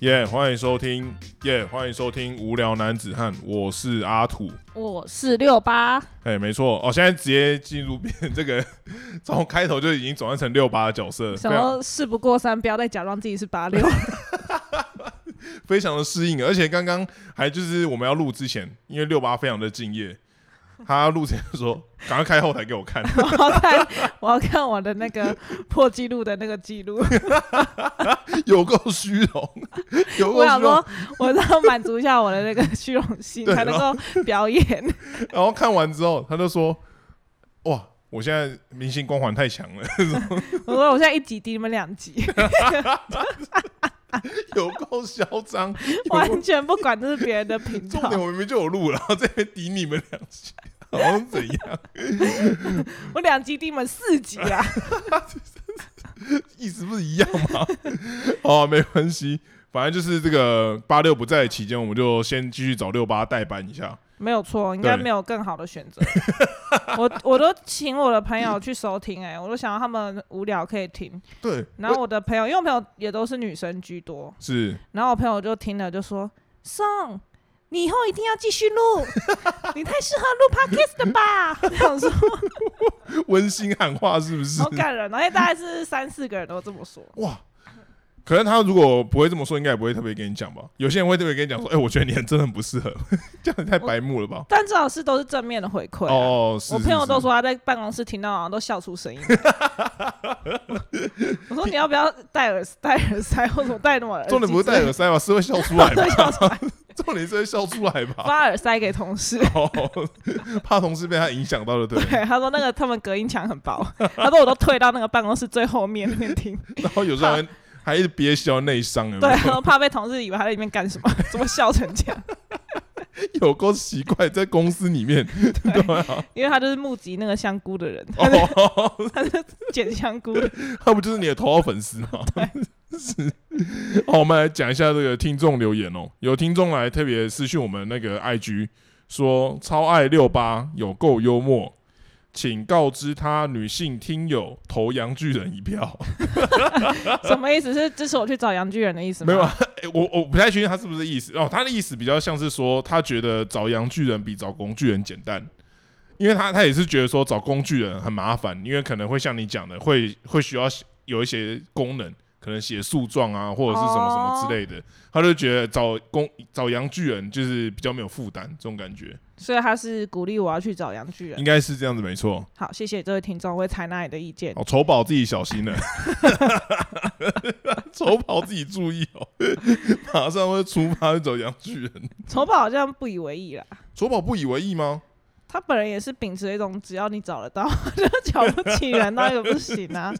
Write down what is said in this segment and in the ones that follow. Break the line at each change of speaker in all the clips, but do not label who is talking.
耶、欢迎收听，耶、欢迎收听《无聊男子汉》，我是阿土。
我是六八，
哎，没错，哦，现在直接进入变这个， 从开头就已经转换成六八的角色了，非
什
常
么事不过三，不要再假装自己是八 六。
非常的适应，而且刚刚还就是我们要录之前，因为六八非常的敬业，他录前就说赶快开后台给我看，
我要看，我要看我的那个破纪录的那个记 录。
有够虚荣， 有够
我想
虚荣
说，，我要满足一下我的那个虚荣心，
对
才能够表演。
然后看完之后他就说，哇，我现在明星光环太强了，
我说我现在一集敌你们两集，
有够嚣张，有够
完全不管这是别人的频
重
道
点，我明明就有录，然后这边抵你们两 句，好像怎样？
我两集敌你们四集 啊！
意思不是一样吗？ 哦，没关系，反正就是这个八六不在的期间，我们就先继续找六八代班一下。
没有错，应该
对
没有更好的选择。我我都请我的朋友去收听、哎，我都想要他们无聊可以听。
对，
然后我的朋友，因为我朋友也都是女生居多，
是
然后我朋友就听了就说：“宋，你以后一定要继续 录，你太适合录 podcast 了吧？” 我想说
温馨喊话，是不是
好？感人哦，而且大概是三四个人都这么说。
哇！可能他如果不会这么说，应该也不会特别跟你讲吧。有些人会特别跟你讲说：“哎、我觉得你很真的很不适合， 这样也太白目了吧
但至少是都是正面的回？”馈、哦，
哦，是
我朋友都，
是
说他在办公室听到好像都笑 出声音。我说你要不要戴耳戴耳塞，或者戴那么耳
是
机
重点不是戴耳塞吧，是会笑出来
之类的
吧？
笑出来，
重点是会笑出来吧？
发耳塞给同事。
哦， 怕同事被他影响到了，对了。
对，他说那个他们隔音墙很薄，他说我都退到那个办公室最后面那边听。
然后有时候还还一直憋笑内伤，有没
对，
有？
然后怕被同事以为他在里面干什么， 怎么笑成这样？
有够奇怪，在公司里面，对啊，
因为他就是募集那个香菇的人， 他是
哦，
捡香菇的。
他不就是你的头号粉丝吗？ 是。好，我们来讲一下这个听众留言哦。有听众来特别私讯我们那个 IG 说，超爱六八，有够幽默，请告知他女性听友投杨巨人一票。
什么意思？是支持我去找杨巨人的意思吗？
没有啊，诶我我不太确定他是不是意思哦，他的意思比较像是说，他觉得找洋巨人比找工具人简单，因为他他也是觉得说找工具人很麻烦，因为可能会像你讲的，会会需要有一些功能，可能写诉状啊，或者是什么什么之类的，他就觉得找工找洋巨人就是比较没有负担这种感觉，
所以他是鼓励我要去找杨巨人
应。该是这样子没错。
好，谢谢这位听众，我会采纳你的意见。
哦，丑宝自己小心了， 丑宝自己注意哦，马上会出发去找洋巨人。
丑宝好像不以为意啦，
丑宝不以为意吗？
他本人也是秉持一种只要你找得到， 就瞧不起人到一个不行 啊。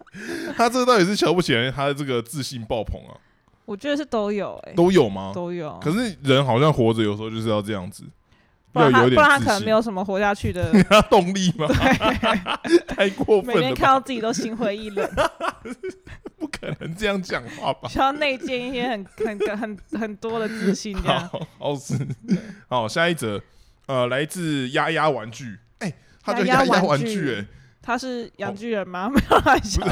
他这个到底是瞧不起人，他的这个自信爆棚啊，
我觉得是都有、欸，
都有吗？
都有。
可是人好像活着有时候就是要这样子，
不
要
然他
有
不
点
然他可
自
能
信
没，有什么活下去的
他动力吗？ 太过分
每天
了
看
吧，
到自己都心灰意冷，
不可能这样讲话 吧？
需要内建一些很很很很多的自信 这样。
好，好是好，下一则，呃，来自丫丫玩具，哎、他叫
丫
丫
丫
丫
玩
玩
具
具、哎，
他是养巨人吗？没有 乱想，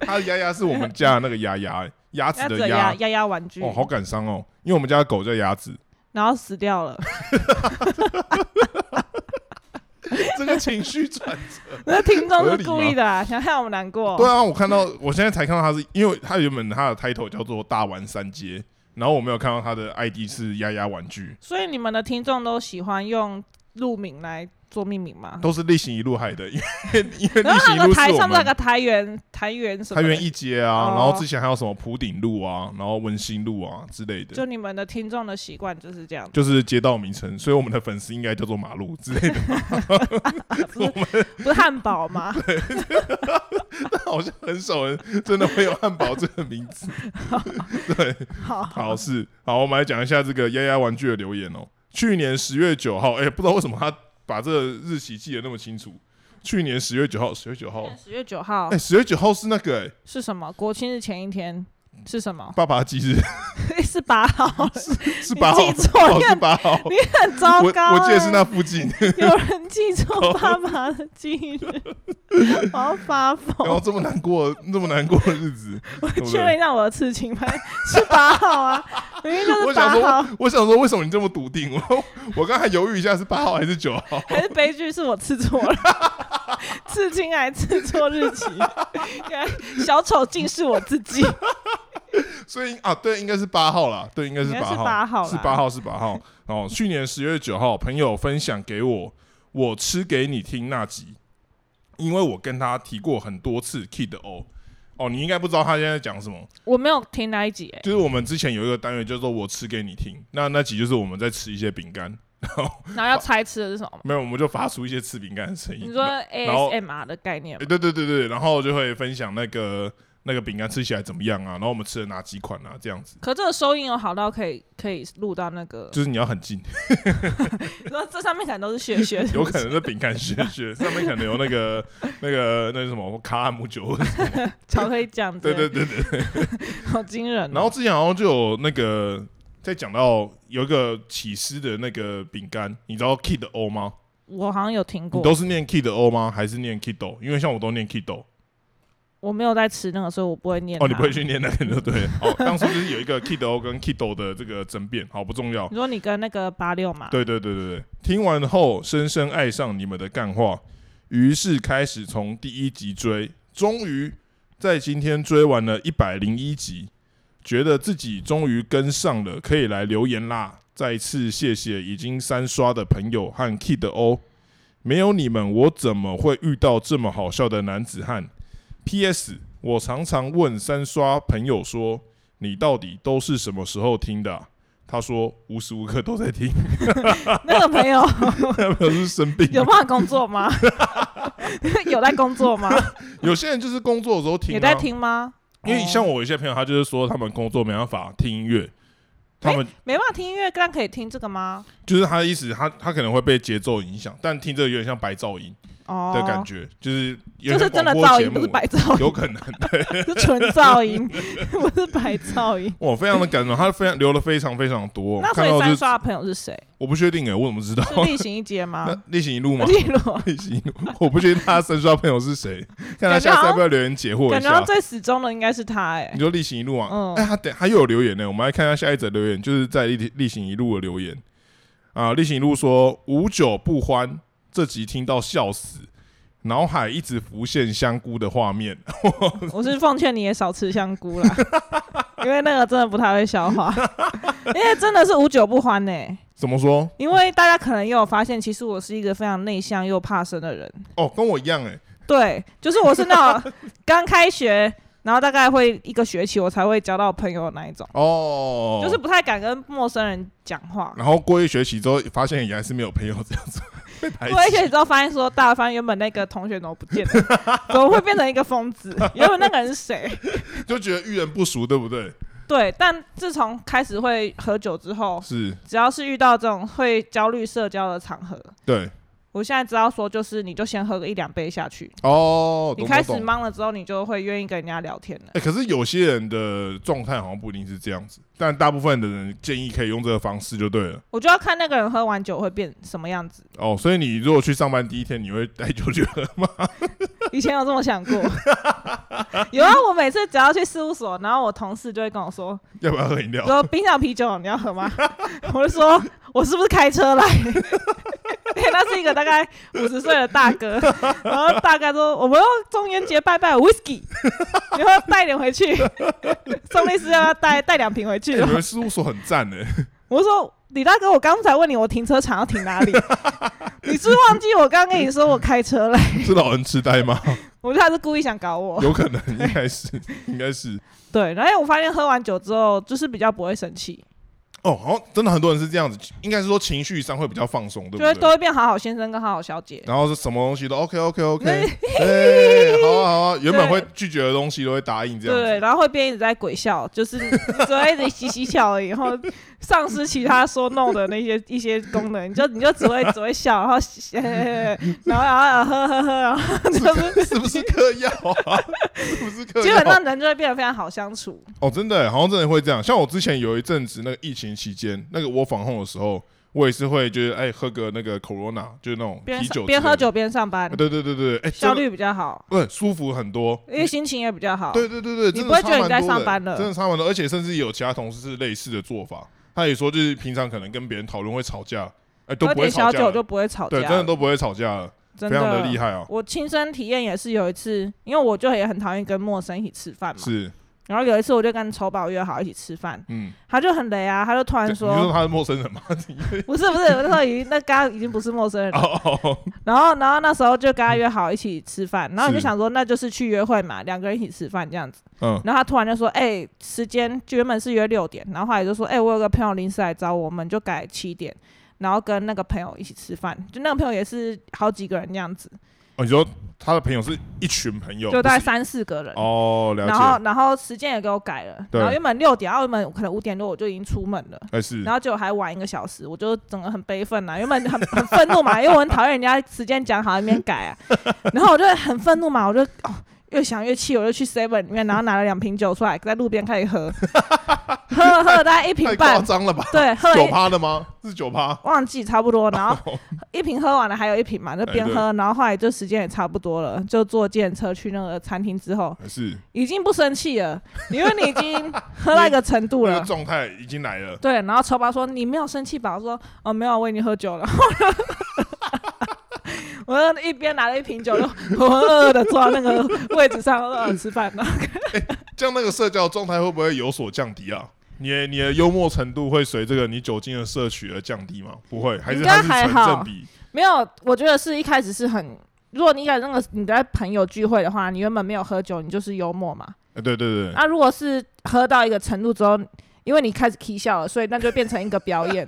他的丫丫是我们家的那个丫丫、哎，鸭子
鸭子
的
的鸭
鸭，
鸭鸭玩具，
哦，好感伤哦，因为我们家的狗叫鸭子，
然后死掉 了。
这个情绪转
那听众是故意的啊，想害我们难过。
对啊，我看到我现在才看到他是，因为他原本他的 title 叫做大玩三街，然后我没有看到他的 ID 是丫丫玩具，
所以你们的听众都喜欢用路名来做命名吗？
都是例行一路害的，因为 因为例
然后
行一
那
路
个
是
台
我
上面
们
有个台原台原什么
台
的，
原一街啊，
哦
然后之前还有什么普顶路啊，然后文心路啊之类的
就。你们的听众的习惯就是这样，
就是街道名称，所以我们的粉丝应该叫做马路之类的，
不是汉堡 吗？
好像很少人真的会有汉堡这个名字。
好
好是好，我们来讲一下这个丫丫玩具的留言哦。去年十月九号，哎、不知道为什么他把这个日期记得那么清楚。去 年十月九号，十月九号，
十月九号
哎、十月九号是那个、哎，
是什么？国庆日前一天，是什么？
爸爸鸡 是
是拔好，
是八号，
哦你记错
哦
你
是
看
八号。
你啊很 糟
我
糕、
我记得是那附 近，
有人记错爸爸的忌 日，我要发
然后
疯。
这么难过，这么难过的日子，
我
对不
确认
对？
一下我的刺青牌是八 号啊，明明就
我
是 八
想
号
说，，哦我想说，为什么你这么笃定？我我刚才犹豫一下是八号还是九号，
还是悲剧是我刺错了， 刺青还刺错日期，原来小丑竟是我自己。
所以啊，对，应该是八号啦，对，应该是
应该
八
是
号，
八号啦
是八号，是八号。 哦，去年十月九号，朋友分享给我，我吃给你听那集，因为我跟他提过很多次 Kid O。哦，你应该不知道他现在在讲什么，
我没有听那一集、欸，
就是我们之前有一个单元叫做“我吃给你听”，那那集就是我们在吃一些饼干， 然后
然后要猜吃的是什么吗？
没有，我们就发出一些吃饼干的声音。
你说
那
ASMR 的概念
诶
吗？
对对对对，然后就会分享那个那个饼干吃起来怎么样啊，然后我们吃了哪几款啊，这样子，
可这个收音有好到可以可以录到那个，
就是你要很近，
你说 这上面可能都是血血，
有可能是饼干屑屑，上面可能有那个那个那个什么卡拉姆酒，
巧克力酱，
对对，对对。对
好惊人哦。
然后之前好像就有那个在讲到有一个起司的那个饼干，你知道 Kid O 吗？
我好像有听
你
过，
都是念 Kid O 吗？还是念 Kido？因为像我都念 Kido。
我没有在吃那个，所以我不会念。
哦，你不会？去念那个就对了。哦，当初就是有一个 Kid O 跟 Kido 的这个争辩，好不重要。
你说你跟那个八六嘛？
对对对对对，听完后深深爱上你们的干话，于是开始从第一集追，终于在今天追完了一百零一集，觉得自己终于跟上了，可以来留言啦！再次谢谢已经三刷的朋友和 Kid O，没有你们我怎么会遇到这么好笑的男子汉？P.S. 我常常问三刷朋友说，你到底都是什么时候听的啊、他说无时无刻都在听。
那个朋友
代表是生病。
有办法工作吗？ 有在工作吗？
有些人就是工作的时候 听、啊，
也在，听吗？哦
因为像我有一些朋友，他就是说他们工作没办法听音乐，他们
没办法听音乐，但可以听这个吗？
就是他的意思，他他可能会被节奏影响，但听这个有点像白噪音
哦，
的感觉，就是有点
就是
像
真的
广
噪
播节
音，
目
不是白噪
有
音，
可能。
是纯噪音， 不是白噪音。
我非常的感动，他非常留了非常非常多，
那所
看
以
到
三
就是
刷的啊朋友是谁？
我不确定哎、我怎么知道？
是例行一街吗？
那例行一路吗？
例如，
例行一路，我不确定他的三刷朋友是谁，看他下次要不要留言解惑
感
一
觉到
下。
最始终的应该是他哎、
你说例行一路啊？
嗯
哎、他等还有留言呢、我们来看一下下一则留言，就是在例例行一路的留言啊。例行一路说无酒不欢，这集听到笑死，脑海一直浮现香菇的画面。
我是奉劝你也少吃香菇啦， 因为那个真的不太会消化， 因为真的是无酒不欢呢、
怎么说？
因为大家可能也有发现，其实我是一个非常内向又怕生的人。
哦，跟我一样哎、
对，就是我是那种刚开学，然后大概会一个学期我才会交到朋友的那一种，
哦，
就是不太敢跟陌生人讲 话。
然后过一学期之后，发现也还是没有朋友这样子，被排
过一
挤。
学期之后发现说，大翻原本那个同学怎么不见了，怎么会变成一个疯子？原本那个人是谁？
就觉得遇人不熟，对不对？
对，但自从开始会喝酒之后，
是，
只要是遇到这种会焦虑社交的场合，
对，
我现在知道说，就是你就先喝个一两杯下去，
哦，
你
懂
开
懂
始
懂
忙了之后，你就会愿意跟人家聊天了。
欸，可是有些人的状态好像不一定是这样子，但大部分的人建议可以用这个方式就对了。
我就要看那个人喝完酒会变什么样子。
哦，所以你如果去上班第一天，你会带酒去喝 吗？
以前有这么想过， 有啊，我每次只要去事务所，然后我同事就会跟我说，
要不要喝饮料？
说冰箱啤酒你要喝吗？ 我就说我是不是开车来？ 因为那是一个大概五十岁的大哥， 然后大概说我们要中元节拜拜 whisky，你 要带点回去， 宋律师要不要带带两瓶回去
欸？你们事务所很赞欸诶，
我说李大哥，我刚才问你我停车场要停哪里， 你是不是忘记我刚刚跟你说我开车来？
是老人痴呆吗？
我觉得他是故意想搞我。
有可能，应该是，应该是。
对，然后我发现喝完酒之后就是比较不会生气，
哦，好像真的很多人是这样子，应该是说情绪上会比较放松，对
就会
不
啊都
对？
会变好好先生跟好好小姐。
然后是什么东西都 OK OK OK，哎，好啊好啊，原本会拒绝的东西都会答应这样
对，
子。
然后会变一直在鬼笑，就是只会一直嘻嘻笑而已，然后丧失其他说弄的那些一些功能，你就你就只会只会笑，然后嘻然后然后呵呵呵，然后就是
是不是嗑药啊？ 是不是嗑
基
药
本？上人就会变得非常好相处。
哦，真的耶，好像真的会这样。像我之前有一阵子那个疫情期间，那个我防控的时候，我也是会就是哎喝个那个 Corona，就是那种
边
啤酒，
边喝，酒边上班
啊，对对对对，哎，
效
真的
率比较好，
对舒服很多。
因为心情也比较好。
对对对对，
你
真
不
的
会
差
觉得你
蛮
在
多
上
的
班了
真的差蛮多。而且甚至有其他同事是类似的做法，他也说就是平常可能跟别人讨论会吵架，哎，都
喝
不会
点小
吵架
酒就
了，
不会吵架
对，
了，
真的都不会吵架了，非
真
常的厉。害哦。
我亲身体验也是有一次，因为我就也很讨厌跟陌生人一起吃饭嘛。
是，
然后有一次我就跟丑宝约好一起吃饭，
嗯，
他就很雷啊，他就突
对
然
你说
说
他是陌生人吗？：“
不是不是， 我那时候已经那刚刚已经不是陌生人了。
哦哦，哦”
然后然后那时候就跟他约好一起吃
嗯
饭，然后你就是想说那就是去约会嘛，两个人一起吃饭这样子。
嗯，
然后他突然就说：“哎、时间就原本是约六点，然后后来就说：哎、我有个朋友临时来找我，我们就改七点。”然后跟那个朋友一起吃饭，就那个朋友也是好几个人这样子，
哦，你说他的朋友是一群朋友，
就
不
大概
是
三四个人。
哦，了
然后
解，
然后时间也给我改了，
对
然后原本六点，然后原本可能五点多我就已经出门了。
哎是，
然后结果还晚一个小时，我就整个很悲愤呐、原本很 很愤怒嘛，因为我很讨厌人家时间讲好在那边 改啊，然后我就很愤怒嘛，我就哦越想越气，我就去 Seven 里面，然后拿了两瓶酒出来，在路边开 始喝，喝了喝了大概一瓶
太夸
半，
张了吧？
对，喝了
九
一
趴的吗？是九趴，
忘记差不多，然后一瓶喝完了还有一瓶嘛，就边
哎对
喝，然后后来就时间也差不多了，就坐电车去那个餐厅之后，
还哎是
已经不生气了，因为你已经喝到一个程 度
那
了
个。状态已经来了，
对，然后丑爸说：“你没有生气吧？”我说：“哦，没有，我已经喝酒了。” 我就一边拿了一瓶酒，就浑浑噩噩的坐到那个位置上，呃，吃饭了。
这样那个社交状态会不会有所降低啊？你的你的幽默程度会随这个你酒精的摄取而降低吗？不会，还是
应该
它是
还
成
好
正比？
没有，我觉得是一开始是很，如果你在那个你在朋友聚会的话，你原本没有喝酒，你就是幽默嘛。
哎对对对，
那、如果是喝到一个程度之后，因为你开始 k 笑了，所以那就变成一个表演。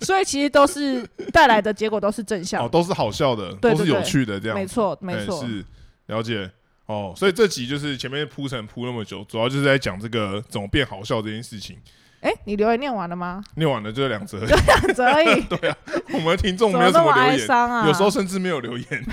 所以其实都是带来的结果都是正向
哦，，都是好笑的，
对
都是
对
有
对
趣的，这样
没错没
哎
错。
是了解哦。所以这集就是前面铺陈铺那么久，主要就是在讲这个怎么变好笑这件事情。
哎、你留言念完了吗？
念完了这两则，
所 以
我们的听众
怎
没
么
有什
那么哀
留言，
伤啊？
有 时候甚至没有留言，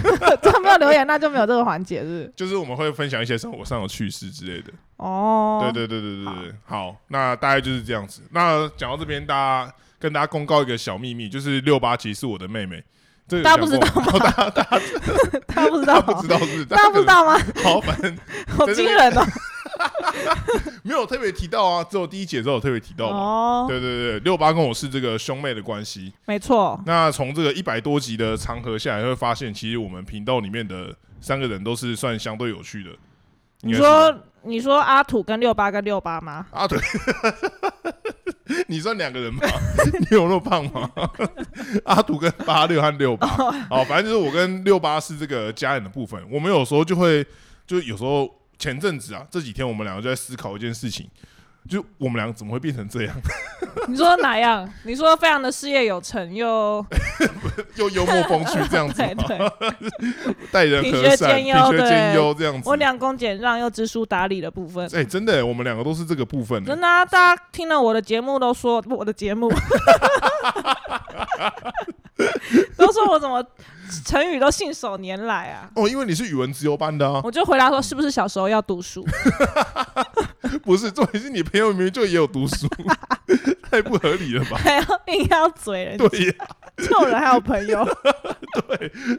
真的没有留言，那就没有这个环节是不是
就是我们会分享一些生活上的趣事之类的。
哦。
对对对对对对，好，那大概就是这样子。那讲到这边，大家跟大家公告一个小秘密，就是六八其实是我的妹妹，这个
大家
有
不知
讲
道
过吗，
吗？大家不知道
大家
吗，
不知 道是不是，
大家不知道吗？
可能，好，反正
好惊人哦！
没有特别提到啊，只有第一节的时候有特别提到嘛。
哦，
对对对，六八跟我是这个兄妹的关系。
没错，
那从这个一百多集的长河下来，会发现其实我们频道里面的三个人都是算相对有趣的。
你
应该是吧
说你说阿土跟六八跟六 八吗？
啊，对，你算两个人吗？ 你有那么胖吗？ 阿土跟八六和六八，哦，反正就是我跟六八是这个家人的部分。我们有时候就会，就有时候前阵子啊，这几天我们两个就在思考一件事情，就我们两个怎么会变成这样，
你说哪样？你说非常的事业有 成又
又幽默风趣这样子
对
吗？
对，
待人
品
和
学
善，
兼
品
优
学
对
兼优这样子。
温良恭俭让又知书达理的部分。
哎、真的耶，我们两个都是这个部分耶。欸
真的、啊，大家听了我的节目都说不我的节 目， 都说我怎么成语都信手拈来啊！
哦，因为你是语文自由班的啊，
我就回答说，是不是小时候要 读书？
不是？重点是你朋友明明就也有读书， 太不合理了 吧？
还要硬要嘴人，
对呀，
这种人还有朋 友，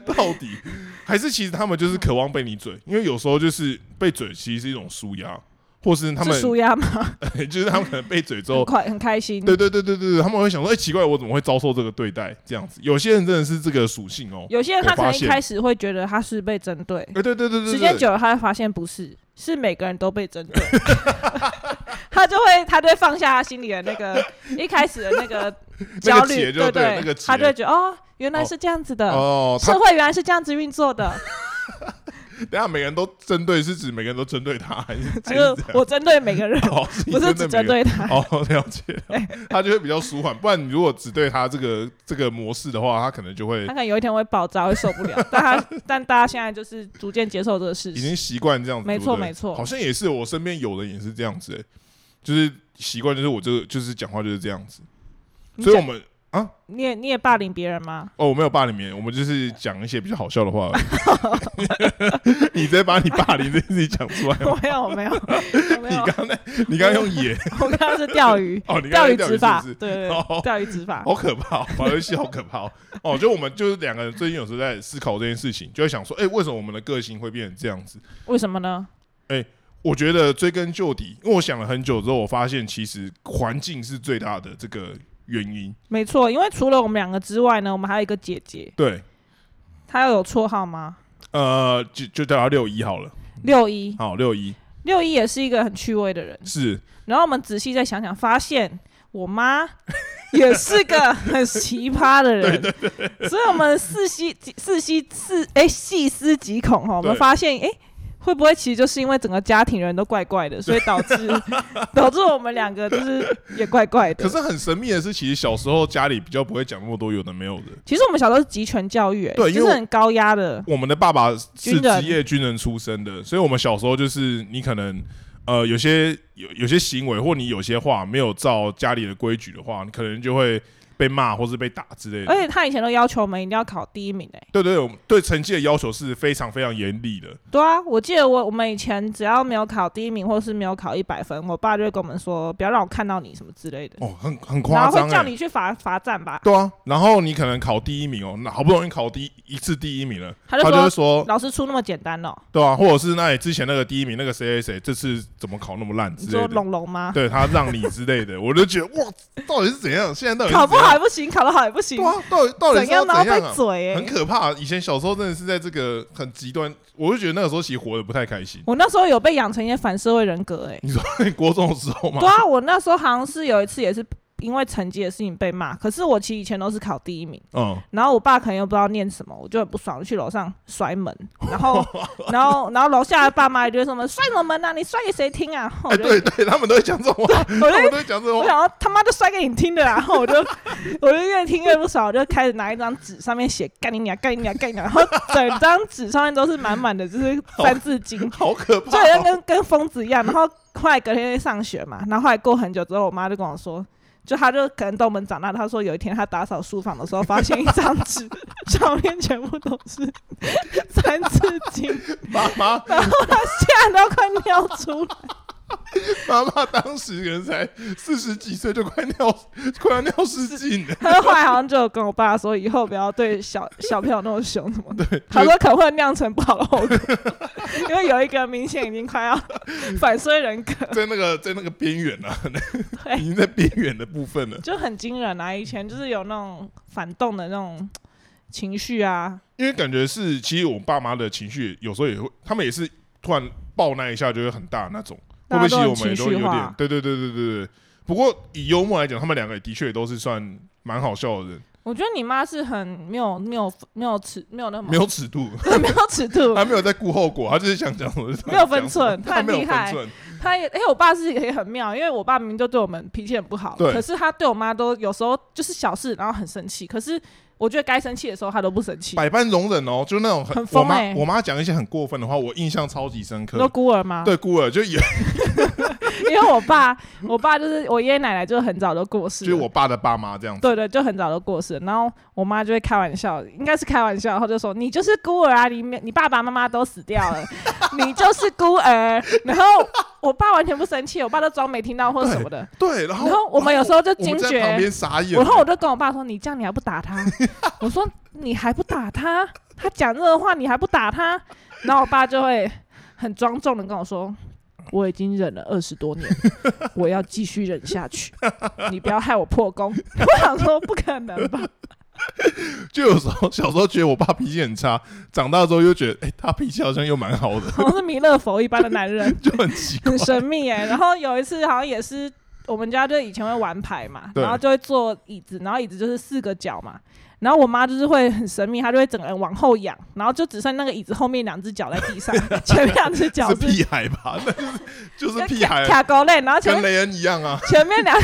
到底还是其实他们就是渴望被你嘴，因为有时候就是被嘴其实是一种舒压，或是 他
是
们
舒压吗？
就是他们可能被嘴之
很
后，
快很开心。
对对对对对，对他们会想说，哎、奇怪，我怎么会遭受这个对待？这样子，有些人真的是这个属性哦。
有些人他可
我
能
发
一
现
开始会觉得他是被针对，
哎、对对对对
时
对，
间久了他会发现不是，是每个人都被针对， 他就会他就会放下他心里的那个一开始的那 个焦虑，
结就
对
对那个结
他就会觉得哦，原来是这样子的，
哦，他
社会原来是这样子运作的。
等一下每个人都针对，是指每个人都针对 他，还是
就
还是
是
这样
我针对每个人，
哦是你
不是只针
每个人
对他。
哦，了解了， 他就会比较舒缓。不然你如果只对他这个这个模式的话，他可能就会
他可能有一天会爆炸，会受 不了。但他但大家现在就是逐渐接受这个事
已经
实。
习惯这样子，
没
对不
错
对
没错
好像也是我身边有人也是这样子、欸，就是习惯，就是我这个就是讲话就是这样子，
你
所以我
讲
们
你也你也霸凌别人吗？
哦，我没有霸凌别人，我们就是讲一些比较好笑的话而已。 你直接把你霸凌这件事情讲出来吗，
我没有，我 没有，我 没
你
有。
刚才你刚刚用野，
我刚刚是钓鱼
哦，你刚
钓
才
鱼
钓
执
鱼是
法，
不
对
是？
对
哦
对，钓鱼执法。
好可怕、哦，玩游戏好可怕哦！哦，就我们就是两个人最近有时候在思考这件事情，就会想说，哎、为什么我们的个性会变成这样子？
为什么呢？
我觉得追根究底，因为我想了很久之后，我发现其实环境是最大的这个原因。
没错，因为除了我们两个之外呢，我们还有一个姐姐，
对，
她要有绰号吗？
呃，就就叫他六一好了。
六一，
好，六一
六一也是一个很趣味的人。
是
然后我们仔细再想想，发现我妈 也是个很奇葩的人，所以我们四细四细四哎细思极恐哈，我们
对
发现哎。诶会不会其实就是因为整个家庭人都怪怪的，所以导致 导致我们两个就是也怪怪的
可。是很神秘的是，其实小时候家里比较不会讲那么多有的没有的。
其实我们小时候是集权教育、欸，
对因为
就是
我
很高压的，
我们的爸爸是
军人
职业军人出身的，所以我们小时候就是你可能呃有些有有些行为或你有些话没有照家里的规矩的话，你可能就会被骂或是被打之类
而
的。
且他以前都要求我们一定要考第一名、欸，
对对，我们对成绩的要求是非常非常严厉的。
对啊，我记得我我们以前只要没有考第一名或是没有考一百分，我爸就会跟我们说不要让我看到你什么之类的。
哦，很很
然
夸
后会
张
叫
哎、欸。
你去罚罚站吧。
对啊，然后你可能考第一名哦，那好不容易考第一一次第一名了，
他就说
他就会说，
老师出那么简单哦，
对啊，或者是那你之前那个第一名那个谁谁谁，这次怎么考那么烂
你
之
说
类的，
龙龙吗？
对他让你之类的，我就觉得哇，到底是怎样？现在到底是
考不
怎样
好也不行，考得好也不行
对，啊，到底到底
怎
是要
样
怎
然后
样、
被
啊？
嘴
很
欸。
可怕、以前小时候真的是在这个很极端，我就觉得那个时候其实活得不太开心。
我那时候有被养成一些反社会人格哎。
你说你国中的时候嘛
对，啊，我那时候好像是有一次也是因为成绩的事情被骂，可是我其实以前都是考第一名，
嗯，
然后我爸可能又不知道念什么，我就很不爽，我就去楼上甩门，然后然后然后楼下的爸妈也就会说什么摔什么门啊，你摔给谁听啊？
哎、
我就
对对，他们都会讲这种话，
我
他
就
们都会讲这种
我
话。
想要他妈就摔给你听的啦，啊然后我就我就越听越不爽，我就开始拿一张纸上面写干你娘干你娘干你娘，然后整张纸上面都是满满的就是三字经，
好可
就
怕
好像
哦、
跟跟疯子一样。然后后来隔天去上学嘛，然后后来过很久之后，我妈就跟我说。就她就可能等我们长大，她说有一天她打扫书房的时候，发现一张纸上面全部都是 三字经，
妈妈
她吓到快尿出来。
妈妈当时可能才四十几岁，就快尿快要尿失禁 了。
他后来好像就有跟我爸说，以后不要对小小朋友那么凶什么的。他
就是
说可能会酿成不好的后 果，因为有一个明显已经快要反社会人格，
在那个在那个边缘啊，
对
已经在边缘的部分了。
就很惊人啊！以前就是有那种反动的那种情绪啊，
因为感觉是，其实我爸妈的情绪有时候也会，他们也是突然爆那一下就会很大那种。会不
大
会
家
其
都
实我
很
们也
情
都
绪
有点
化？。
对对对对对对。不过以幽默来讲，他们两个也的确也都是算蛮好笑的人，
我觉得你妈是很没有没有没有尺没有那么
没有尺度，
没有尺度，
他没有在顾后果，他就是想讲什么就讲什么
没有分寸
他没有
他很厉害
分寸。
他也，哎、我爸是也很妙，因为我爸明明就对我们脾气很不好，
对
可是他对我妈都有时候就是小事，然后很生气。可是我觉得该生气的时候他都不生气。
百般容忍哦，就那种
很
我
疯
妈
欸
我妈讲一些很过分的话，我印象超级深
你说
刻。
孤儿吗？，
对，孤儿就有，
因为我爸，我爸就是我爷爷奶奶，就很早就过世
就
了，
是我爸的爸妈这样子。
对对，就很早就过世了。然后我妈就会开玩笑，应该是开玩笑，然后就说你就是孤儿啊，你没你爸爸妈妈都死掉了， 你就是孤儿。然后我爸完全不生气，我爸都装没听到或者什么的。
对，然后
然后我们有时候就
我们
惊
在
觉，
旁边傻眼，
然后我就跟我爸说：“你这样你还不打他？”我说：“你还不打他？他讲这个话你还不打他？”然后我爸就会很庄重的跟我说：“我已经忍了二十多年，我要继续忍下去，你不要害我破功。” 我想说不可能吧？
就有时候 小时候觉得我爸脾气很差，长大之后又觉得，哎、他脾气好像又蛮好的，
好像是弥勒佛一般的男人，
就很奇怪
很。神秘哎、然后有一次好像也是我们家就以前会玩牌嘛，
对
然后就会坐椅子，然后椅子就是四个角嘛，然后我妈就是会很神秘，她就会整个人往后仰，然后就只剩那个椅子后面两只脚在 地上，前面两只脚
是
是
屁孩吧？ 那就是就是屁 孩，
卡狗类，然后前
跟
面
雷恩一样啊。
前面两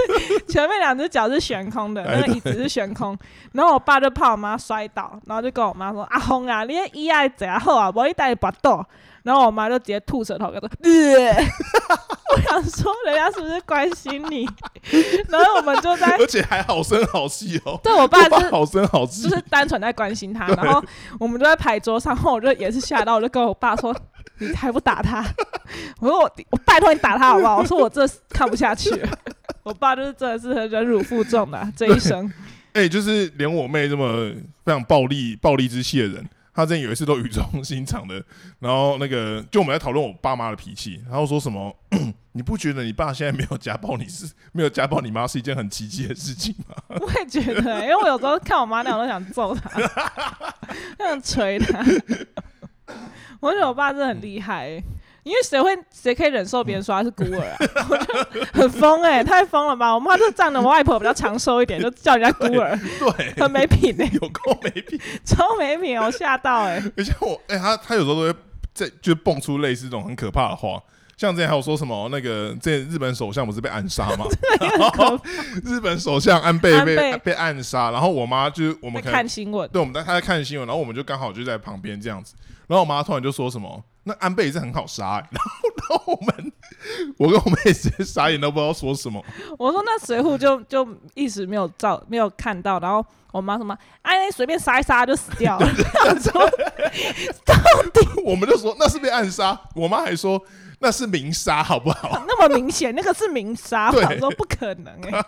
前面两只脚是悬空的，
哎
那个椅子是悬空，然后我爸就怕我妈摔倒，然后就跟我妈说：“阿红啊，你的椅啊怎样好啊，我一带你拔倒。”然后我妈就直接吐舌头，跟我说：“ 呃、我想说人家是不是关心你？” 然后我们就 在
而且还好声好气哦，
对我
我
爸就
爸
是。
好声好气
就，是单纯在关心他，然后我们就在牌桌上，然后我就也是吓到，我就跟我爸说：“你还不打他？” 我说我：“我拜托你打他好不好？”我说：“我这看不下去了。” 我爸就是真的是很忍辱负重的啊、这一生，
哎、就是连我妹这么非常暴力、暴力之气的人，她之前有一次都语重心长的，然后那个就我们在讨论我爸妈的脾气，然后说什么， 你不觉得你爸现在没有家暴你是没有家暴你妈是一件很奇迹的事情吗？
我也觉得、因为我有时候看我妈那样，我都想揍 她，我想捶她。 我觉得我爸真的很厉害欸、因为谁会谁可以忍受别人说他是孤儿啊？ 我就很疯哎、太疯了吧！我妈就仗着我外婆比较长寿一点，就叫人家孤儿，
对，
很没品哎、
有够没品。
超没品哦，我吓到 哎、
而且我哎、她她有时候都会在就蹦出类似这种很可怕的话。像之前还有说什么那个，这日本首相不是被暗杀 吗？然后 日本首相安倍
安
被
倍
被暗杀，然后我妈就是我们
在
可能
看新闻，
对，我们在他在看新闻，然后我们就刚好就在旁边这样子，然后我妈突然就说什么，那安倍也是很好杀、欸， 然后然后我们，我跟我妹直接傻眼都不知道说什么，
我说那水户就就一直没有照没有看到，然后我妈什么哎随便杀一杀就死掉了， 我说
我们就说那是被暗杀，我妈还说那是明杀，好不好？
那么明显，那个是明杀，
对
我说不可能 哎、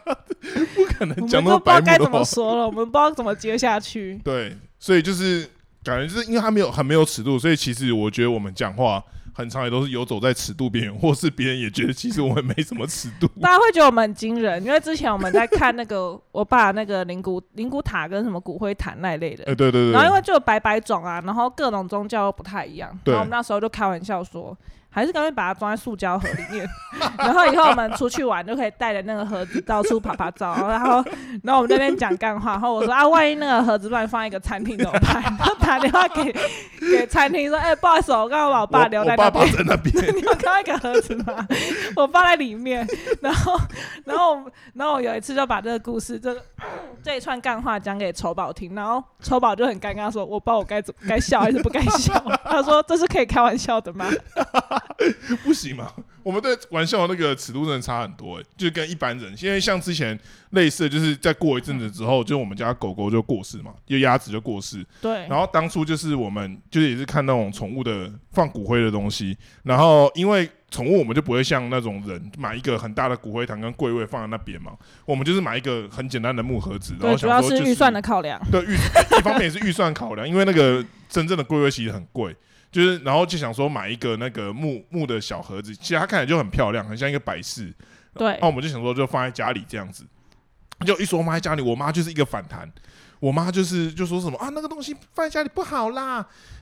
不可
我
能
们
讲
都
那么
不知
白
道
目
该
的
怎么
话。
说了，我们不知道怎么接下去。
对，所以就是感觉就是因为他没有很没有尺度，所以其实我觉得我们讲话很长也都是游走在尺度边缘，或是别人也觉得其实我们没什么尺 度。
大家会觉得我们很惊人，因为之前我们在看那个我爸那个灵骨灵骨塔跟什么骨灰坛那一类的，
哎、对对对
然后因
对，
为就有百百种啊，然后各种宗教又不太一样，
对
然后我们那时候就开玩笑说，还是干脆把它装在塑胶盒里面， 然后以后我们出去玩就可以带着那个盒子到处爬爬照，然后 然后我们那边讲干话，然后我说啊，万一那个盒子乱放一个餐厅怎么办？ 然后打电话给给餐厅说，哎、不好意思哦，我刚刚把我爸留
我
在
我爸
那边
爸。在那边，
你有看到一个盒子 吗？我放在里面，然后，然后，然后我有一次就把这个故事，这个这一串干话讲给丑宝听，然后丑宝就很尴尬说：“我不知道我该怎该笑还是不该笑。”他说：“这是可以开玩笑的吗
不行嘛？我们对玩笑的那个尺度真的差很多、欸，就是跟一般人，因为像之前类似，就是在过一阵子之后，就是我们家狗狗就过世嘛，就鸭子就过世，？”
对，
然后当初就是我们就是也是看那种宠物的放骨灰的东西，然后因为宠物我们就不会像那种人买一个很大的骨灰坛跟柜位放在那边嘛，我们就是买一个很简单的木盒子，然
对，
后
主要
想说
是
就是
预算的考量。
对预一方面也是预算考量，因为那个真正的龟龟其实很贵，就是然后就想说买一个那个木木的小盒子，其实它看起来就很漂亮，很像一个摆饰。
对
那我们就想说就放在家里这样子，就一说放在家里，我妈就是一个反弹。我妈就是就说什么啊，那个东西放在家里不好啦，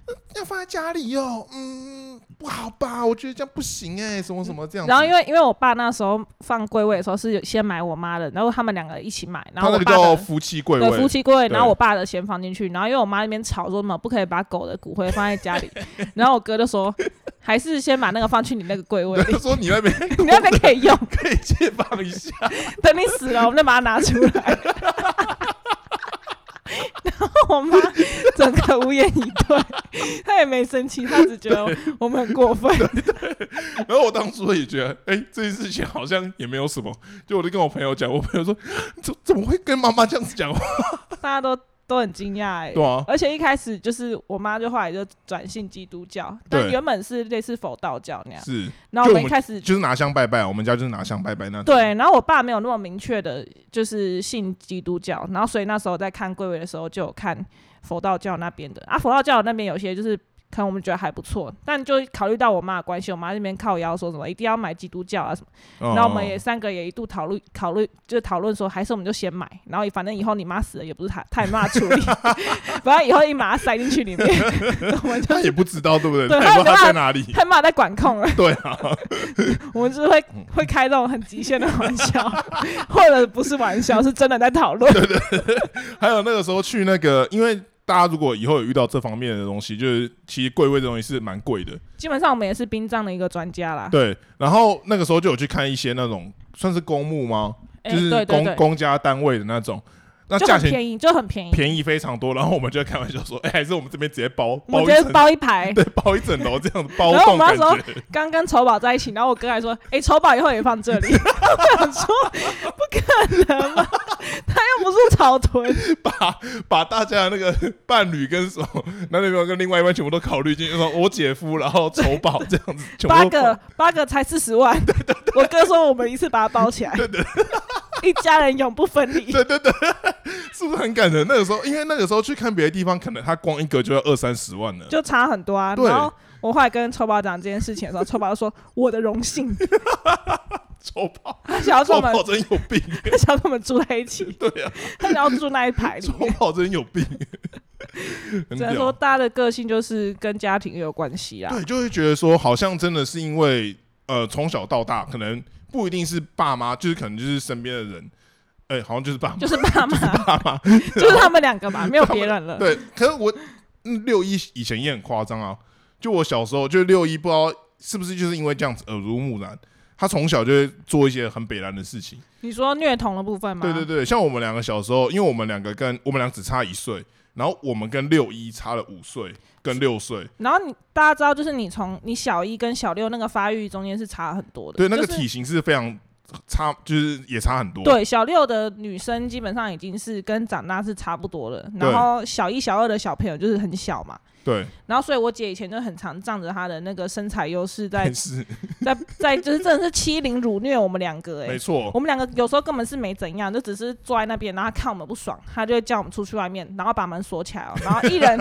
嗯要放在家里哦，嗯，不好吧？我觉得这样不行哎、什么什么这样子。
然后因为因为我爸那时候放柜位的时候是有先买我妈的，然后他们两个一起买，
它
然后
那
我
个
爸
叫
的。
夫妻柜
对夫
位，
妻柜，然后
对
我爸的先放进去，然后因为我妈那边吵说什么不可以把狗的骨灰放在 家里，然后我哥就说还是先把那个放去你那个柜位
对，
里
她，说你那边
你那边可以用，
可以借放一下。
等你死了我们再把它拿出来。 然后我妈整个无言以对，她也没生气，她只觉得我们很过分。
然后我当初也觉得，哎、这件事情好像也没有什么。就我就跟我朋友讲，我朋友说，怎怎么会跟妈妈这样子讲 话？
大家都都很惊讶哎、
对啊，
而且一开始就是我妈就后来就转信基督教，但
对
原本是类似佛道教那样。
是，
然后
就
我
我
们一
们
开始
就是拿香拜拜，啊我们家就是拿香拜拜那种。
对，然后我爸没有那么明确的，就是信基督教，然后所以那时候在看贵位的时候就有看佛道教那边的啊，佛道教那边有些就是可能我们觉得还不错，但就考虑到我妈的关系，我妈那边靠腰说什么一定要买基督教啊什么，
哦
然后我们也三个也一度讨论讨论，就是讨论说还是我们就先买，然后反正以后你妈死了也不是她她也妈处理， 反正以后你把它塞进去里面，我们就
嗯他也不知道，对不对？
对
他也不知道
他
他在
也不
哪里。
太妈在管控了，
对啊，
我们就是会会开这种很极限的玩笑， 或者不是玩笑，是真的在讨论。
还有那个时候去那个，因为大家如果以后有遇到这方面的东西，就是其实柜位这东西是蛮贵的，
基本上我们也是殡葬的一个专家啦。
对。然后那个时候就有去看一些那种算是公墓吗？
哎，
就是
对对
公
对，
公家单位的那种，那
就
价
很
钱
便宜，就很便宜。
便宜非常多。然后我们就在开玩笑说，哎、还是我们这边直接包
我们
包一
直接
层，
包一排，
对，包一整楼这 样子包
然后
栋
我
感
们那
觉。
刚跟丑宝在一起，然后我哥还说：“哎、丑宝以后也放这里。” 我想说不可能嘛， 他又不是 草屯，
把把大家的那个伴侣跟什么男女朋友跟另外一半全部都考虑进去，说我姐夫，然后丑宝这样子，全部
八
都
个八个才四 十万。我哥说我们一次把它包起来， 一家人永不分离。
对对对，是不是很感人？那个时候，因为那个时候去看别的地方，可能他光一个就要二三十万了。
就差很多啊。
对
然后我后来跟臭宝讲这件事情的时候，臭宝就说：“我的荣幸。
丑宝”，
他想要跟
丑
我们，
宝真有 病，
他想要跟我们住在一起，
对啊，
他想要住那 一排里
丑
面。
宝真有 病，很
只能说
屌。
大家的个性就是跟家庭也有关系啦。
对，就会觉得说，好像真的是因为呃，从小到大，可能不一定是爸妈，就是可能就是身边的人，哎、好像就是爸妈，
就是爸妈，
爸妈，
就是他们两个嘛，没有别人了。
对，可是我嗯六一以前也很夸张啊，就我小时候就六一，不知道是不是就是因为这样子耳濡目染，他从小就会做一些很北蓝的事情。
你说虐童的部分吗？
对对对，像我们两个小时候，因为我们两个跟我们俩只差一岁，然后我们跟六一差了五岁，跟六岁，
然后你大家知道，就是你从你小一跟小六那个发育中间是差很多的。
对，那个
就是
体型是非常差，就是也差很多。
对，小六的女生基本上已经是跟长大是差不多了，
对
然后小一、小二的小朋友就是很小嘛，
对，
然后所以我姐以前就很常仗着她的那个身材优势 在
但是
在在就是真的是欺凌辱虐我们两个哎、
没错，
我们两个有时候根本是没怎样，就只是坐在那边，然后她看我们不爽，她就会叫我们出去外面，然后把门锁起来、哦，然后一 人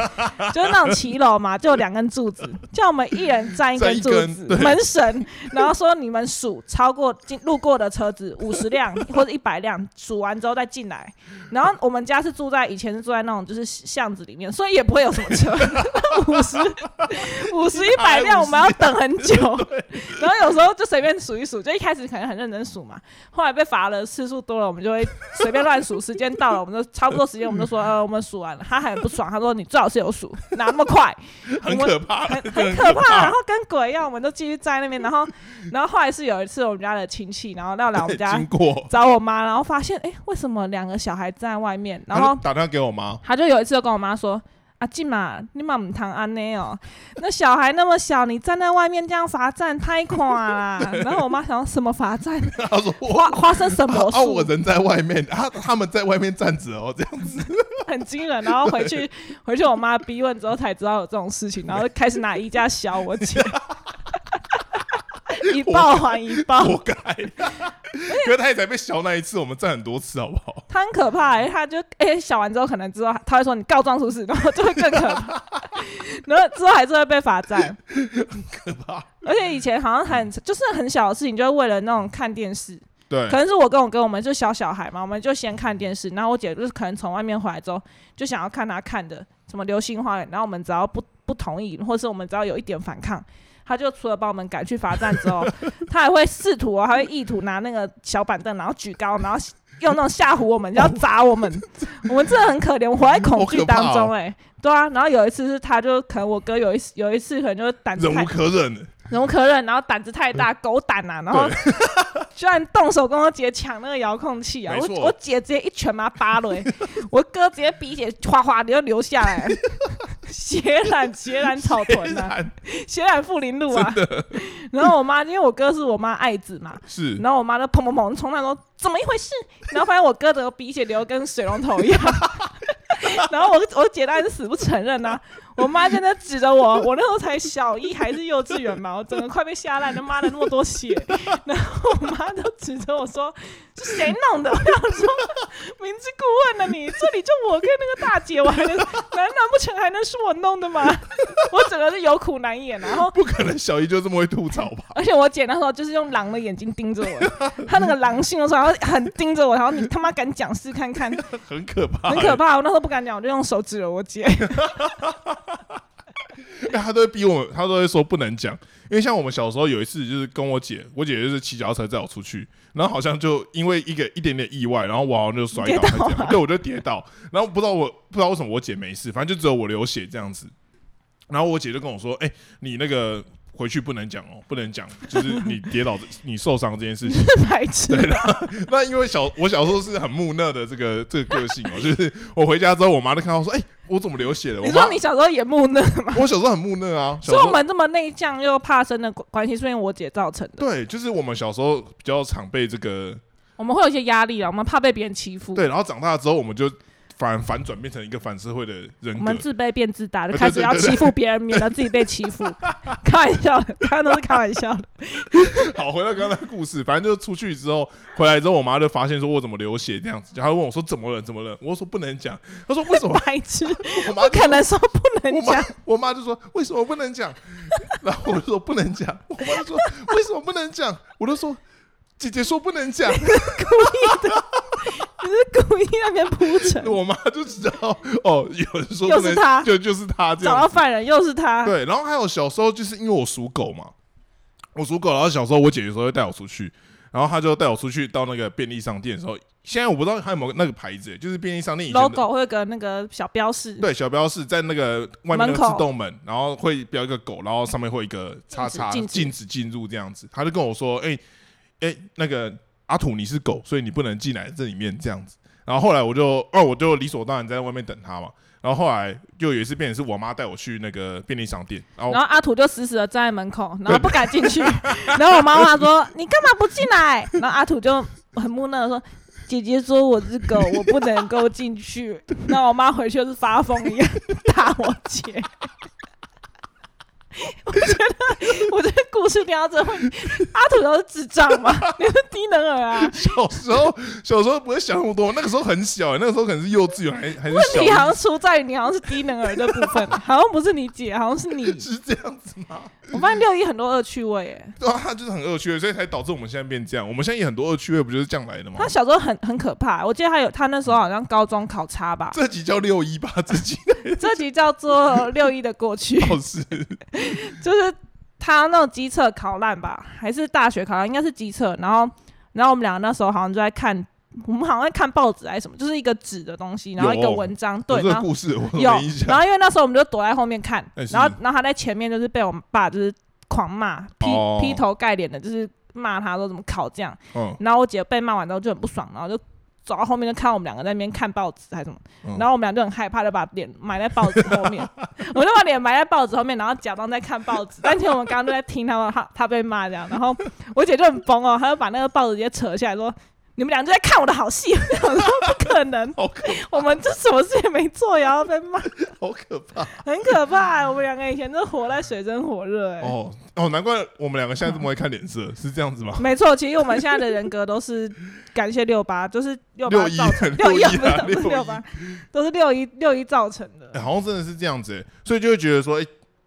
就是那种骑楼嘛，就有两根柱子，叫我们一人站一
站
根
一
柱
根
子
对
门神，然后说你们数超过经路过的车子五十辆或者一百辆，数完之后再进来。 然后我们家是住在以前是住在那种就是巷子里面，所以也不会有什么 车，五十五十一百辆我们要等很 久，然后有时候就随便数一数，就一开始可能很认真数嘛，后来被罚了次数多了，我们就会随便乱数。时间到了，我们就差不多时间，我们就说呃我们数完了，他还很不爽，他说你最好是有数，哪那么 快，
很
我们
可怕，
很
真的
很可怕。然后跟鬼一样，我们就继续在那边，然后然后后来是有一次我们家的亲戚，然后要来我们
对
家
经过，
找我妈，然后发现哎、诶为什么两个小孩站在外面，然
他
后
就打电话给我妈，
他就有一次就跟我妈说：“阿静嘛，你妈唔堂安内哦，那小孩那么小，你站在外面这样罚站太垮啦。”然后我妈想说什么罚站，
他说我。
花花生什么
啊！我
树，
人在外面，啊，他们在外面站着哦，这样
很惊人。然后回去 回去我妈逼问之后才知道有这种事情，然后就开始拿衣架削我姐。 一报还一报，
活 该。 可是他也才被削那一次，我们站很多次，好不 好？
他很可怕、欸，他就哎、欸、小完之后可能之后他会说你告状出事，然后就会更可怕， 然后之后还是会被罚站，
可怕。
而且以前好像
嗯
很就是很小的事情，就会为了那种看电视，
对
可，能是我跟我哥我们就小小孩嘛，我们就先看电视，然后我姐就是可能从外面回来之后就想要看她看的什么《流星花园》，然后我们只要不不同意，或是我们只要有一点反抗。她就除了把我们赶去罚站之后， 她还会试图哦，还会意图拿那个小板凳，然后举高，然后用那种吓唬我们，要砸我们。我们真的很可怜，我活在恐惧当
哦好可
中
怕哦
哎、对啊，然后有一次是她就可能我哥有一次有一次可能就是胆子
忍
太
无可忍，
忍无可忍，然后胆子太大，狗胆啊，然后 居然动手跟我姐抢那个遥控器啊！
没
我
错
我姐直接一拳把她扒了、欸，我哥直接鼻血哗哗的就流下来，欸血染血染草
天
屯啊，
然
血染富林路啊。然后我妈，因为我哥是我妈爱子嘛，
是
然后我妈就砰砰砰冲那说怎么一回事？ 然后发现我哥 的鼻血流得跟水龙头一样，然后我我姐当然是死不承认呐、啊我妈在那指着我，我那时候才小一还是幼稚园吧，我整个快被吓烂了，妈的那么多血，然后我妈就指着我说是谁弄的？我想说明知故问了你，这里就我跟那个大姐，我还能难难不成还能是我弄的吗？我整个是有苦难言，啊然后
不可能小姨就这么会吐槽吧？
而且我姐那时候就是用狼的眼睛盯着我，她那个狼性的时候，然后很盯着我，然后你他妈敢讲试 看看，
很可怕、欸，
很可怕。我那时候不敢讲，我就用手指了 我姐。
哎他都会逼我，他都会说不能讲，因为像我们小时候有一次，就是跟我姐，我姐就是骑脚踏车载我出去，然后好像就因为一个一点点意外，然后我好像就摔倒，
跌倒
还是怎样对，我就跌倒，然后不知道我不知道为什么我姐没事，反正就只有我流血这样子，然后我姐就跟我说，哎、你那个。回去不能讲哦，不能讲，就是你跌倒、你受伤这件事情。
白痴，
那因为小我小时候是很木讷的这个这个个性哦，就是我回家之后，我妈就看到说，哎、我怎么流血了？我
你
妈
说，你小时候也木讷吗？
我小时候很木讷啊，小
是
时
我
候
们这么内向又怕生的关系，所以我姐造成的。
对，就是我们小时候比较常被这个
我们会有一些压力啊，我们怕被别人欺负，
对，然后长大之后我们就反反转变成一个反社会的人
我
格
们。自卑变自大，就
对
开始要欺负别人，免得自己被欺 负。开玩笑的，刚刚都是开玩笑的。
好，回到刚才的故事，反正就是出去之后回来之后，我妈就发现说我怎么流血这样子，她就问我说怎么了怎么了，我说不能讲，她说为什 么？
白痴，
我妈
不可能说不
啊我
能
妈
讲，
我妈就说为什么不能讲？ 然后我就说不能讲，我妈就说为什么不能讲？我就说姐姐说不能讲，
你是故意那边铺陈，
我妈就知道哦，有人说
又
不
是
能，
她
就就是她这样
找
子
到犯人又是他。
对，然后还有小时候就是因为我属狗嘛，我属狗，然后小时候我姐有时候会带我出去，然后她就带我出去到那个便利商店的时候，现在我不知道还有没有那个牌子，就是便利商店以前的
logo 会有个那个小标示，
对小标示在那个外面那
门
个
口
自动门，然后会标一个狗，然后上面会有一个叉叉
禁止
禁止进入这样子，她就跟我说，哎、哎、那个阿土你是狗，所以你不能进来这里面这样子。然后后来我就哦，我就理所当然在外面等他嘛。然后后来就有一次变成是我妈带我去那个便利商店，然后
然后阿土就死死的站在门口，然后不敢进去。 然后我妈妈说：“你干嘛不进来？”然后阿土就很木讷的说：“姐姐说我是狗，我不能够进去。” 那我妈回去就是发疯一样打我姐。 我觉得，我这个故事听到这会，阿土都是智障吗？ 你是低能儿啊！
小时候，小时候不会想那么多，那个时候很小、那个时候可能是幼稚园还还是小啊
你好像
一，
出在于你好像是低能儿这部分，好像不是你姐，好像是你。
是这样子吗？
我发现六一很多恶趣味、欸，
对啊，他就是很恶趣味，所以才导致我们现在变这样。我们现在也很多恶趣味，不就是这样来的吗。
他？小时候很很可怕，我记得他有他那时候好像高中考差吧
这集叫六一八，这集
这集 叫做六一的过去，
倒是
就是他那种机测考烂吧，还是大学考烂，应该是机测。然后，然后我们两个那时候好像就在看，我们好像在看报纸还是什么，就是一个纸的东西，然后一个
有哦
文章，
有
对，
这个
然后
故事我都
有
没印，
然
象。
后因为那时候我们就躲在后面看，
哎是
然后然后他在前面就是被我们爸就是狂骂，劈
哦
劈头盖脸的，就是骂他说怎么考这样。
嗯，
然后我姐被骂完之后就很不爽，然后就走到后面就看我们两个在那边看报纸还是什么，
嗯
然后我们俩就很害怕，就把脸埋在报纸后 面，我就把脸埋在报纸后面，然后假装在看报纸，但其实我们刚刚都在听他们他他被骂这样，然后我姐就很疯哦，她就把那个报纸直接扯下来说。你们俩就在看我的好戏， 我想说不可能，
好可
我们这什么事也没做，也要被骂，
好可怕
很可怕、欸我们两个以前都活在水深火热、哎、
哦哦，难怪我们两个现在这么会看脸色，是这样子吗？
没错，其实我们现在的人格都是感谢六八，就是 六八
一
造成
六
一
一
啊
啊
不是不是
六一
六八，都是六一六一造成
哎，
的。
好像真的是这样子，哎所以就会觉得说，哎，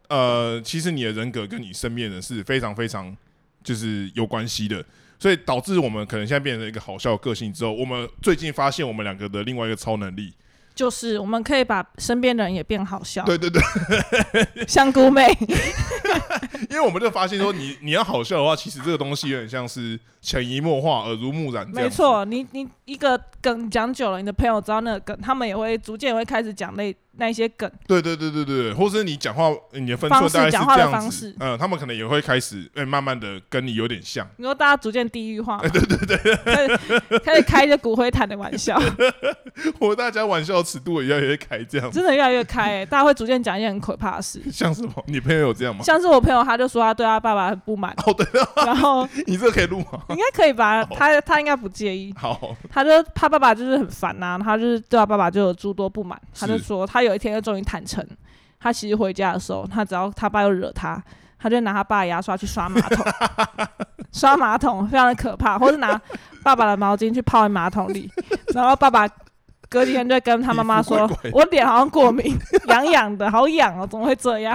呃，其实你的人格跟你身边的人是非常非常就是有关系的，所以导致我们可能现在变成一个好笑的个性之后，我们最近发现我们两个的另外一个超能力，
就是我们可以把身边的人也变好笑，
对对对，
香 菇妹
因为我们就发现说你你要好笑的话，其实这个东西有点像是潜移默化、耳濡目染这
没
样子，
错，你你一个梗讲久了，你的朋友知道那个梗，他们也会逐渐也会开始讲那那一些梗，
对对对对对，或是你讲话你的分寸
方式
大概是
讲话
这
的
样
方
子
式，
嗯，他们可能也会开始哎、慢慢的跟你有点像，
你说大家逐渐地域化，对对对，开始开一些骨灰坛的玩笑，
我大家玩笑的尺度也越来越开这样子，
真的越来越开、欸，大家会逐渐讲一些很可怕的事。
像什么？你朋友有这样吗？
像是我朋友，他就说他对他爸爸很 不满，
哦，对了，
然后
你这个可以录吗？
应该可以吧？
好
他他应该不介意，
好，
他就他爸啊爸就是很烦呐、他就是对他爸爸就有诸多不满，他就是说他有一天就终于坦诚，他其实回家的时候，他只要他爸又惹他，他就拿他爸的牙刷去刷马桶， 刷马桶非常的可怕，或是拿爸爸的毛巾去泡在马桶里，然后爸爸隔几天就跟他妈妈
皮肤
说：“
怪怪的
我脸好像过敏，痒痒的，好痒哦，怎么会这样？”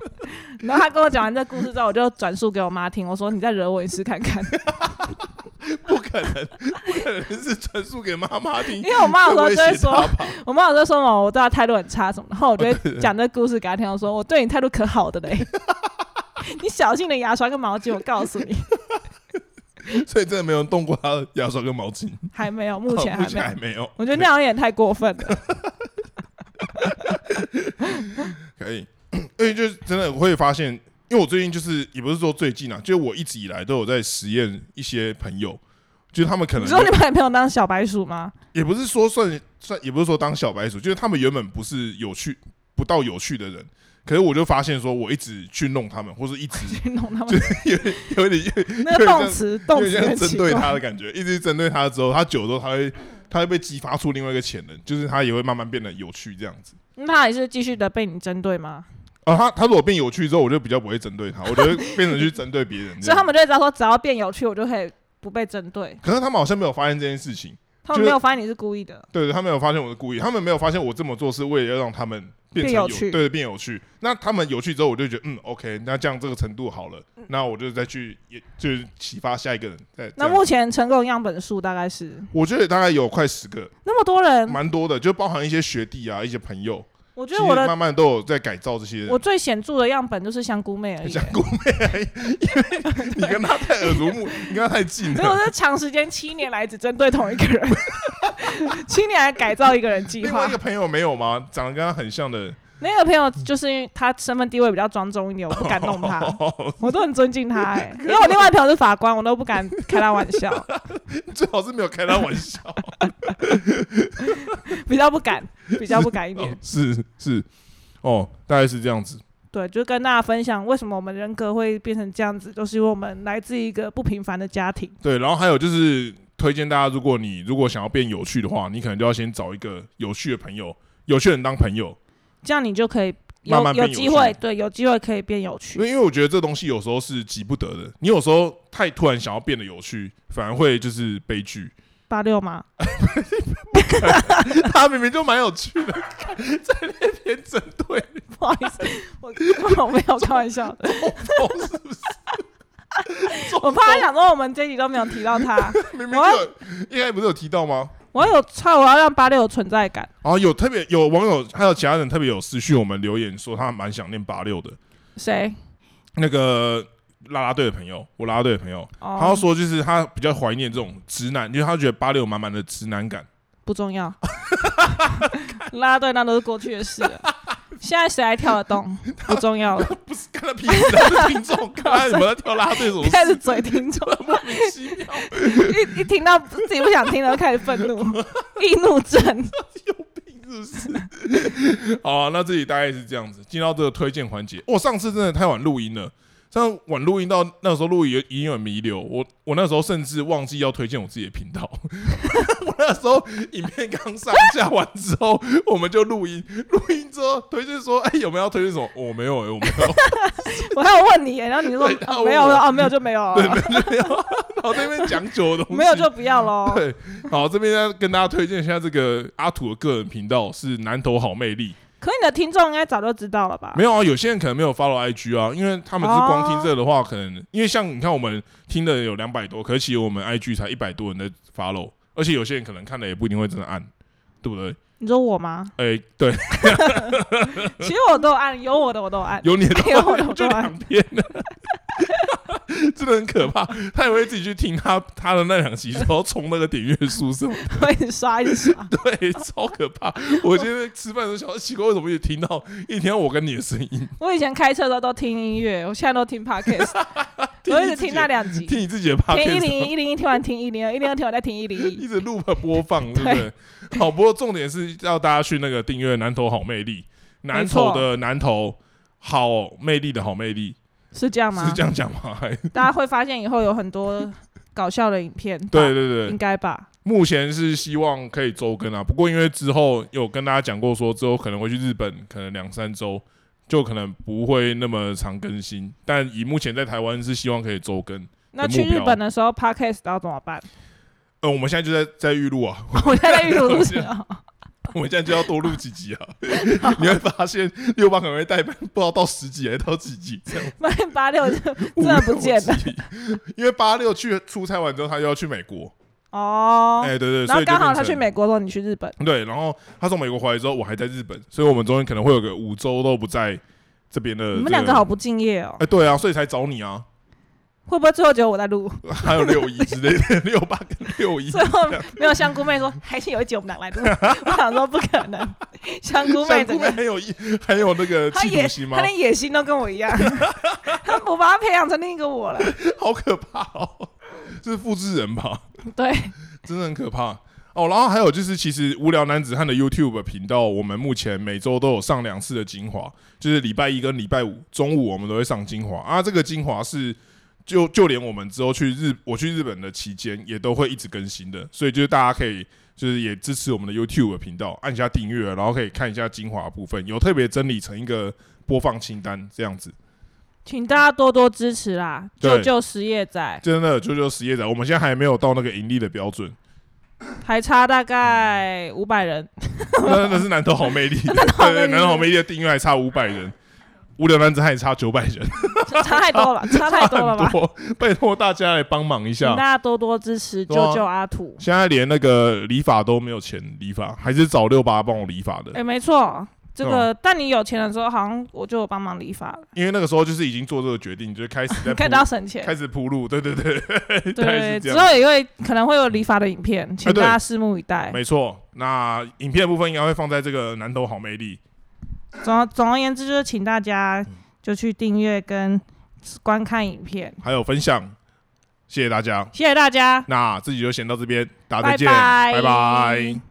然后他跟我讲完这故事之后，我就转述给我妈听，我说：“你再惹我一次看看。”
不可能，不可能是传输给妈妈听
因。为我妈有时候
威
就会
胁他
说，
吧？
我妈有时候说嘛，我对她态度很差什么的，然后我就
哦
会讲这故事给她听，我说我对你态度可好 的嘞，你小心你的牙刷跟毛巾，我 告诉你，
所以真的没有人动过他的牙刷跟毛巾，
还没有，目前
哦
还
目
没
前还
有，
没有。
我觉得那样有点太过分了，
可以，而且就是真的会发现，因为我最近就是也不是说最近啊，就是我一直以来都有在实验一些朋友，就是他们可
你说
能
你把你朋友当小白鼠 吗？
也不是说算算，也不是说当小白鼠，就是他们原本不是有趣不到有趣的人，可是我就发现说我一直去弄他们，或是一直
去弄他们
有点
那个动词，动
有
词
点像
很
针
奇
对
怪，
他的感觉，一直针对他之后，他久了之后他会他会被激发出另外一个潜能，就是他也会慢慢变得有趣这样子。
那他还是继续的被你针对吗？
啊，他他如果变有趣之后，我就比较不会针对 他，我就会变成去针对别人这样。
所以他们就会知道说，只要变有趣，我就可以不被针对，
可是他们好像没有发现这件事情，
他们
就
没有发现你是故意的，
对，他们没有发现我是故意，他们没有发现我这么做是为了要让他们变成
变有趣
对，变有趣。那他们有趣之后，我就觉得嗯，OK，那这样这个程度好了，
嗯
那我就再去也就是启发下一个人。再
那
这样
目前成功样本数大概是
我觉得大概有快十个，
那么多人，
蛮多的，就包含一些学弟啊，一些朋友，
我觉
其
得
实
我的
慢慢都有在改造这些人
我。最显著的样本就是香菇妹而 已、欸
讲过没？因为你跟他太耳濡目， 你跟他太近
所以我
了。
是长时间七年来只针对同一 个人，七年来改造一个人计
另
划
外一。个朋友没有吗？长得跟他很像的，
那个朋友就是因为他身份地位比较庄重一点，我不敢弄他，
哦
我都很尊敬他、欸。因为我另外一朋友是法官，我都不敢开他玩笑，
最好是没有开他玩 笑。
比较不敢，比较不敢一点
哦。是是，哦，大概是这样子。
对，就跟大家分享为什么我们人格会变成这样子，就是因为我们来自一个不平凡的家庭。
对，然后还有就是推荐大家，如果你如果想要变有趣的话，你可能就要先找一个有趣的朋友，有趣的人当朋友。
这样你就可以有
慢慢变有
机
趣
会，对，有机会可以变有
因
趣。
为因为我觉得这东西有时候是急不得的，你有时候太突然想要变得有趣，反而会就是悲剧。
八六吗？
他明明就蛮有趣的， 在那边针对，
不好意思，我 我没有开 玩笑的，
哦是不是？
我怕他想说我们这集都没有提 到他，
明明就有，应该不是有提到吗？
我要有差，我要让八六有存在感。
然后有特别有网友还有其他人特别有私讯我们留言说他蛮想念八六的，
谁？
那个啦啦队的朋友，我啦啦队的朋友，
哦
他说就是他比较怀念这种直男，因为他觉得八六满满的直男感。
不重要， 啦啦队那都是过去的事了，现在谁还跳得动？不 重要了，
不是看他屁事啊，是听 众看他怎么在跳啦啦队什 么
开始嘴听错，
莫名其妙，
一一听到自己不想听的，就开始愤 怒，易怒症。
有病是不是？ 好啊，那这里大概是这样子，进到这个推荐环节。我、上次真的太晚录音了。上次晚录音到那时候录音已经有弥留，我我那时候甚至忘记要推荐我自己的频道。 我那时候影片刚上架完之后，我们就录音，录音之后推荐说，哎、有没有要推荐什么？我、没有、哎， 我没有。
我还有问你耶，然后你就说
对他
啊
问
没有
我
了，哦，没有就没有啊，
然后在那边讲酒的东西，
没有就不要喽。
对。好，这边要跟大家推荐一下这个阿土的个人频道是南投好魅力。
可你的听众应该早就知道了吧？
没有啊，有些人可能没有 follow IG 啊，因为他们是光听这个的话，
哦
可能因为像你看我们听的有两百多，可是其实我们 IG 才一百多人在 follow，而且有些人可能看了也不一定会真的按，对不对？
你说我吗？
哎、 对，
其实我都有按，有我的我都有按，
有你的
有哎我的我都
就
有按。
两篇了， 真的很可怕。他也会自己去听他他的那两集，然后冲那个点阅数什么的，
我一直刷一 直刷，
对，超可怕。我今天吃饭的时候想，奇怪，为什么也听到一天我跟你的声音？
我以前开车的时候都听音乐，我现在 都听 podcast，我一直听那两集，
听你自己的 p o d
听
c
一
a
零一一零一，听完听一零二，一零二听完再听一零一
一。直录和播放，对不对？好，不过重点是要大家去那个订阅《南投好魅力》，南投的南投，好魅力的好魅力，
是这样吗？
是这样讲吗？还
大家会发现以后有很多搞笑的影片，
对
吧，
对
应
对，
该吧。
目前是希望可以周更啊，不过因为之后有跟大家讲过说，之后可能会去日本，可能两三周。就可能不会那么常更新。但以目前在台湾是希望可以周更。
那去
目
日
标
本的时候，podcast 要怎 么办？
呃，我们现在就在在预录啊，
我现在在预录录什么？
我们现在就要多录几集啊。 你会发现六八可能会带班，不知道到十几还是到几 集这样。
八八六 就真的不见了
五六集，因为八六去出差完之后，他又要去美国。
哦。
哎、对对，
然
所
后
以就
刚好他
变
去
成
美国的时候，你去日本，
对，然后他从美国回来之后，我还在日本，所以我们中间可能会有个五周都不在这边的、
你们两个好，不敬业哦
哎、。对啊，所以才找你啊，
会不会最后只有我在录？
还有六一之类的， 六八跟六 一。
最后没有香菇妹说，还是有一集我们俩 来录。我想说不可能，香菇妹
香
怎
菇
么
妹很有意，很有那个
他
企
野
图心吗
他？连野心都跟 我一样，他我把他培养成另一个我了。
好可怕哦！这是复制人吧？
对，
真的很可怕哦。然后还有就是，其实无聊男子汉的 YouTube 频道，我们目前每周都有上两次的精华，就是礼拜一跟礼拜五中午我们都会上精华啊。这个精华是就就连我们之后去日我去日本的期间，也都会一直更新的，所以就是大家可以。就是也支持我们的 YouTube 频道，按一下订阅，然后可以看一下精华部分，有特别整理成一个播放清单这样子。
请大家多多支持啦，
对
救救失业仔，
真的，就就实业仔，我们现在还没有到那个盈利的标 准，
还差大概五百人。
那那是南投好魅力，
南投好魅力
对南投好魅力的订阅还差五百人，无聊男子汉也差九百人，
差 太多了，差 太多了吧嗯
很？多，拜托大家来帮忙一
请
下
大。家多多支持，救
对啊
救阿土。
现在连那个理发都没有钱理发，还是找六八帮我理发的
哎、，没错，这个、
啊
但你有钱的时候，好像我就有帮忙理发了，
因为那个时候就是已经做这个决定，就是开始在
可以到
铺
省 钱。
开始铺路，对对对，大概
对，
是这
之
样，
后也会可能会有理发的影片，请
哎对
大家拭目以待。
没错。那影片的部分应该会放在这个南投好魅力，
总总而言之，就是请大家
嗯
就去订阅跟观看影片，
还有分享，谢谢大家。
谢谢大家。
那这集就先到这边，大家再见，
拜拜
拜拜